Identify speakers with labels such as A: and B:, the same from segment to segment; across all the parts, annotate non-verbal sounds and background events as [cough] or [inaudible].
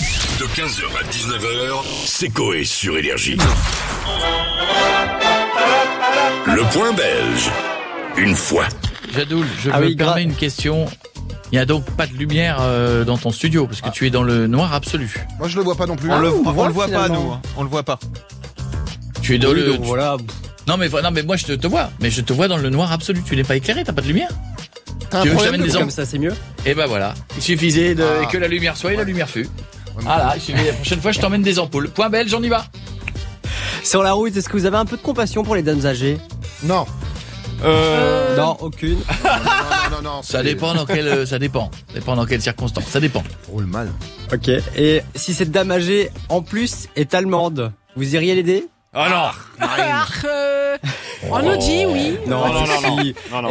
A: De 15h à 19h, c'est Coé sur Énergie. Le point belge. Une fois.
B: Jadoul, je
C: Ah
B: me
C: oui, gra-
B: permets une question. Il n'y a donc pas de lumière euh, dans ton studio parce que tu es dans le noir absolu.
D: Moi, je le vois pas non plus.
C: Ah,
E: On le,
C: on
E: on
C: voit
E: le voit pas,
C: finalement.
E: nous. hein. On le voit pas.
B: Tu es dans
C: Oui,
B: le.
C: donc voilà.
B: tu- Non mais vo- non mais moi je te, te vois, mais je te vois dans le noir absolu. Tu n'es pas éclairé, t'as pas de lumière.
C: T'as un
B: Tu veux que
C: problème
B: j'amène
C: de
B: des
C: goût
B: hommes
C: comme ça, c'est mieux.
B: Et ben voilà, il suffisait de...
D: Ah.
B: que la lumière soit et la lumière fut.
E: Ah
D: mais-
B: Voilà, Ah il suffit- la prochaine fois je t'emmène des ampoules. Point belge, on y va.
C: Sur la route, est-ce que vous avez un peu de compassion pour les dames âgées
E: [laughs]
D: Non.
C: Non, aucune.
D: Non, non, non, non,
B: Ça
D: c'est-
B: dépend dans quelle, euh, ça dépend, Ça dépend dans quelles circonstances, ça dépend.
D: Oh, le mal.
C: Ok. Et si cette dame âgée, en plus, est allemande, vous iriez l'aider
B: Oh non.
F: Ah, euh, on Audi, oui.
C: non, non, non.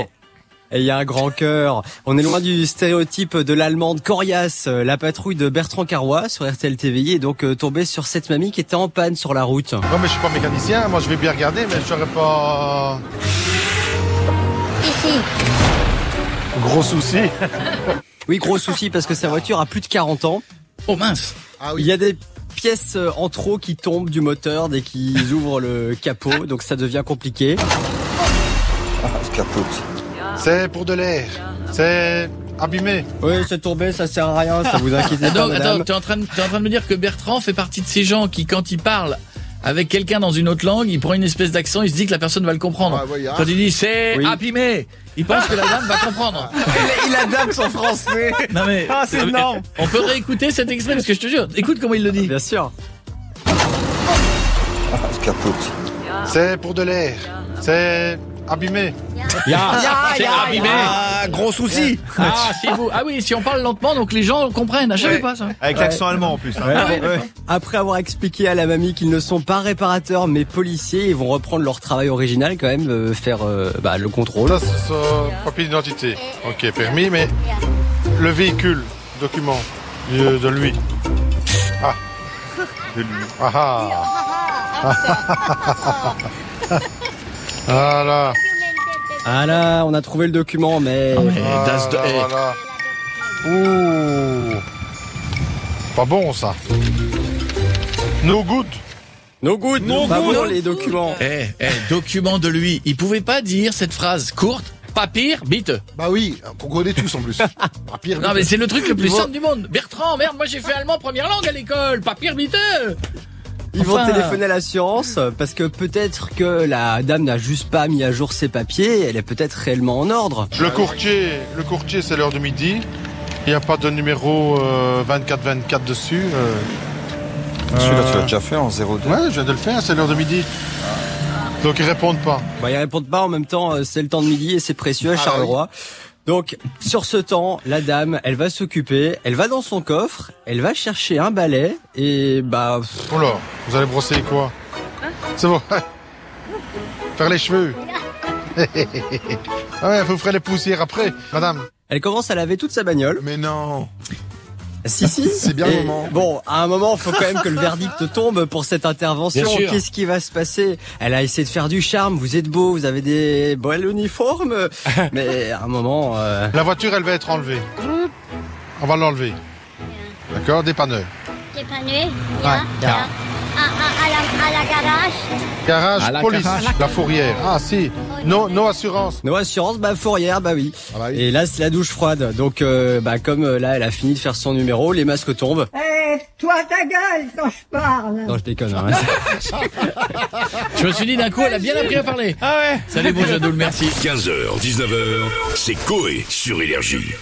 C: Et il y a un grand cœur. On est loin du stéréotype de l'allemande coriace. Euh, La patrouille de Bertrand Carrois sur RTL TVI est donc euh, tombée sur cette mamie qui était en panne sur la route.
D: Non, mais je suis pas mécanicien. Moi, je vais bien regarder, mais je serais pas. Ici. Gros souci.
C: Oui, gros souci parce que sa voiture a plus de 40 ans.
B: Oh mince.
D: Ah
C: Il
D: oui.
C: y a des pièces euh, en trop qui tombent du moteur dès qu'ils ouvrent le capot, donc ça devient compliqué.
D: C'est pour de l'air. C'est abîmé.
C: Oui, c'est tombé, ça sert à rien, ça vous inquiétez pas,
B: Donc, attends,
C: madame.
B: t'es en train de, t'es en train de me dire que Bertrand fait partie de ces gens qui, quand il parle avec quelqu'un dans une autre langue, il prend une espèce d'accent, il se dit que la personne va le comprendre.
D: Ah, oui, hein.
B: Quand il dit c'est
C: Oui.
B: abîmé, il pense que la dame va [laughs] comprendre.
E: Il adapte son français.
B: Non mais, euh,
E: Ah, c'est
B: non, mais-
E: énorme.
B: On peut réécouter cet extrait parce que je te jure, écoute comment il le dit.
C: [laughs] Bien sûr.
D: C'est pour de l'air. C'est abîmé.
B: C'est abîmé.
E: Ah, gros souci.
B: Ah, si vous, ah oui, si on parle lentement, donc les gens comprennent. Ah, je savais
E: Ouais.
B: pas ça.
E: Avec l'accent allemand en plus. hein. Ouais.
C: Après avoir expliqué à la mamie qu'ils ne sont pas réparateurs mais policiers, ils vont reprendre leur travail original quand même, euh, faire euh, bah, le contrôle.
D: Ça, c'est son papier d'identité. Ok, permis, mais le véhicule, document de, de lui. Ah. Ah ah. Voilà.
C: Ah là, on a trouvé le document, mais...
B: Ah, mais das de-
D: Voilà,
B: eh,
D: voilà. Ouh. Pas bon, ça. No good.
C: No good,
E: No
C: pas
E: good.
C: bon, les documents.
B: eh, eh, document de lui. Il pouvait pas dire cette phrase courte. Pas pire, bite.
D: Bah oui, qu'on connaît tous en plus. Ah, pire.
B: Non mais c'est le truc le plus
D: Ils vont-
B: simple du monde. Bertrand, merde, moi j'ai fait allemand première langue à l'école. Pas pire, bite.
C: Ils vont
B: Enfin.
C: téléphoner à l'assurance euh, parce que peut-être que la dame n'a juste pas mis à jour ses papiers, elle est peut-être réellement en ordre.
D: Le courtier, le courtier, c'est l'heure de midi. Il n'y a pas de numéro 24-24 dessus. euh.
G: Celui-là,
D: Euh,
G: tu l'as déjà fait en 02.
D: Ouais, je viens de le faire, c'est l'heure de midi. Donc ils répondent pas.
C: Bah, ils répondent pas en même temps, euh, c'est le temps de midi et c'est précieux à
D: Ah,
C: Charleroi. Donc, sur ce temps, la dame, elle va s'occuper, elle va dans son coffre, elle va chercher un balai et bah, pff,
D: Oh là, vous allez brosser quoi C'est bon. [laughs] Faire les cheveux. [laughs] ah ouais, vous ferez les poussières après, madame.
C: elle commence à laver toute sa bagnole.
D: Mais non.
C: Si, si.
D: [laughs] C'est bien
C: Et
D: le moment.
C: Bon, à un moment, faut quand même que le
D: [laughs]
C: verdict tombe pour cette intervention.
B: Bien sûr.
C: Qu'est-ce qui va se passer Elle a essayé de faire du charme. Vous êtes beau, vous avez des
B: [laughs]
C: belles uniformes. Mais à un moment, euh,
D: La voiture, elle va être enlevée. On va l'enlever. D'accord, dépanneur.
H: dépanner
D: Ouais.
H: là, là, à, Uh, à- à la, à la garage.
D: Garage,
B: À la
D: police,
B: garage.
D: la fourrière. Ah si. Non, non assurance.
C: nos assurances, bah fourrière, bah oui.
D: Ah bah oui.
C: Et là, c'est la douche froide. Donc, euh, bah comme euh, là, elle a fini de faire son numéro, les masques tombent.
I: Eh, toi ta gueule quand je parle
C: Non, je déconne. hein.
B: Je me suis dit d'un coup, elle a bien appris à parler. Ah ouais. Salut, bon Jadoul, merci.
A: 15h, 19h, c'est Coé sur Énergie.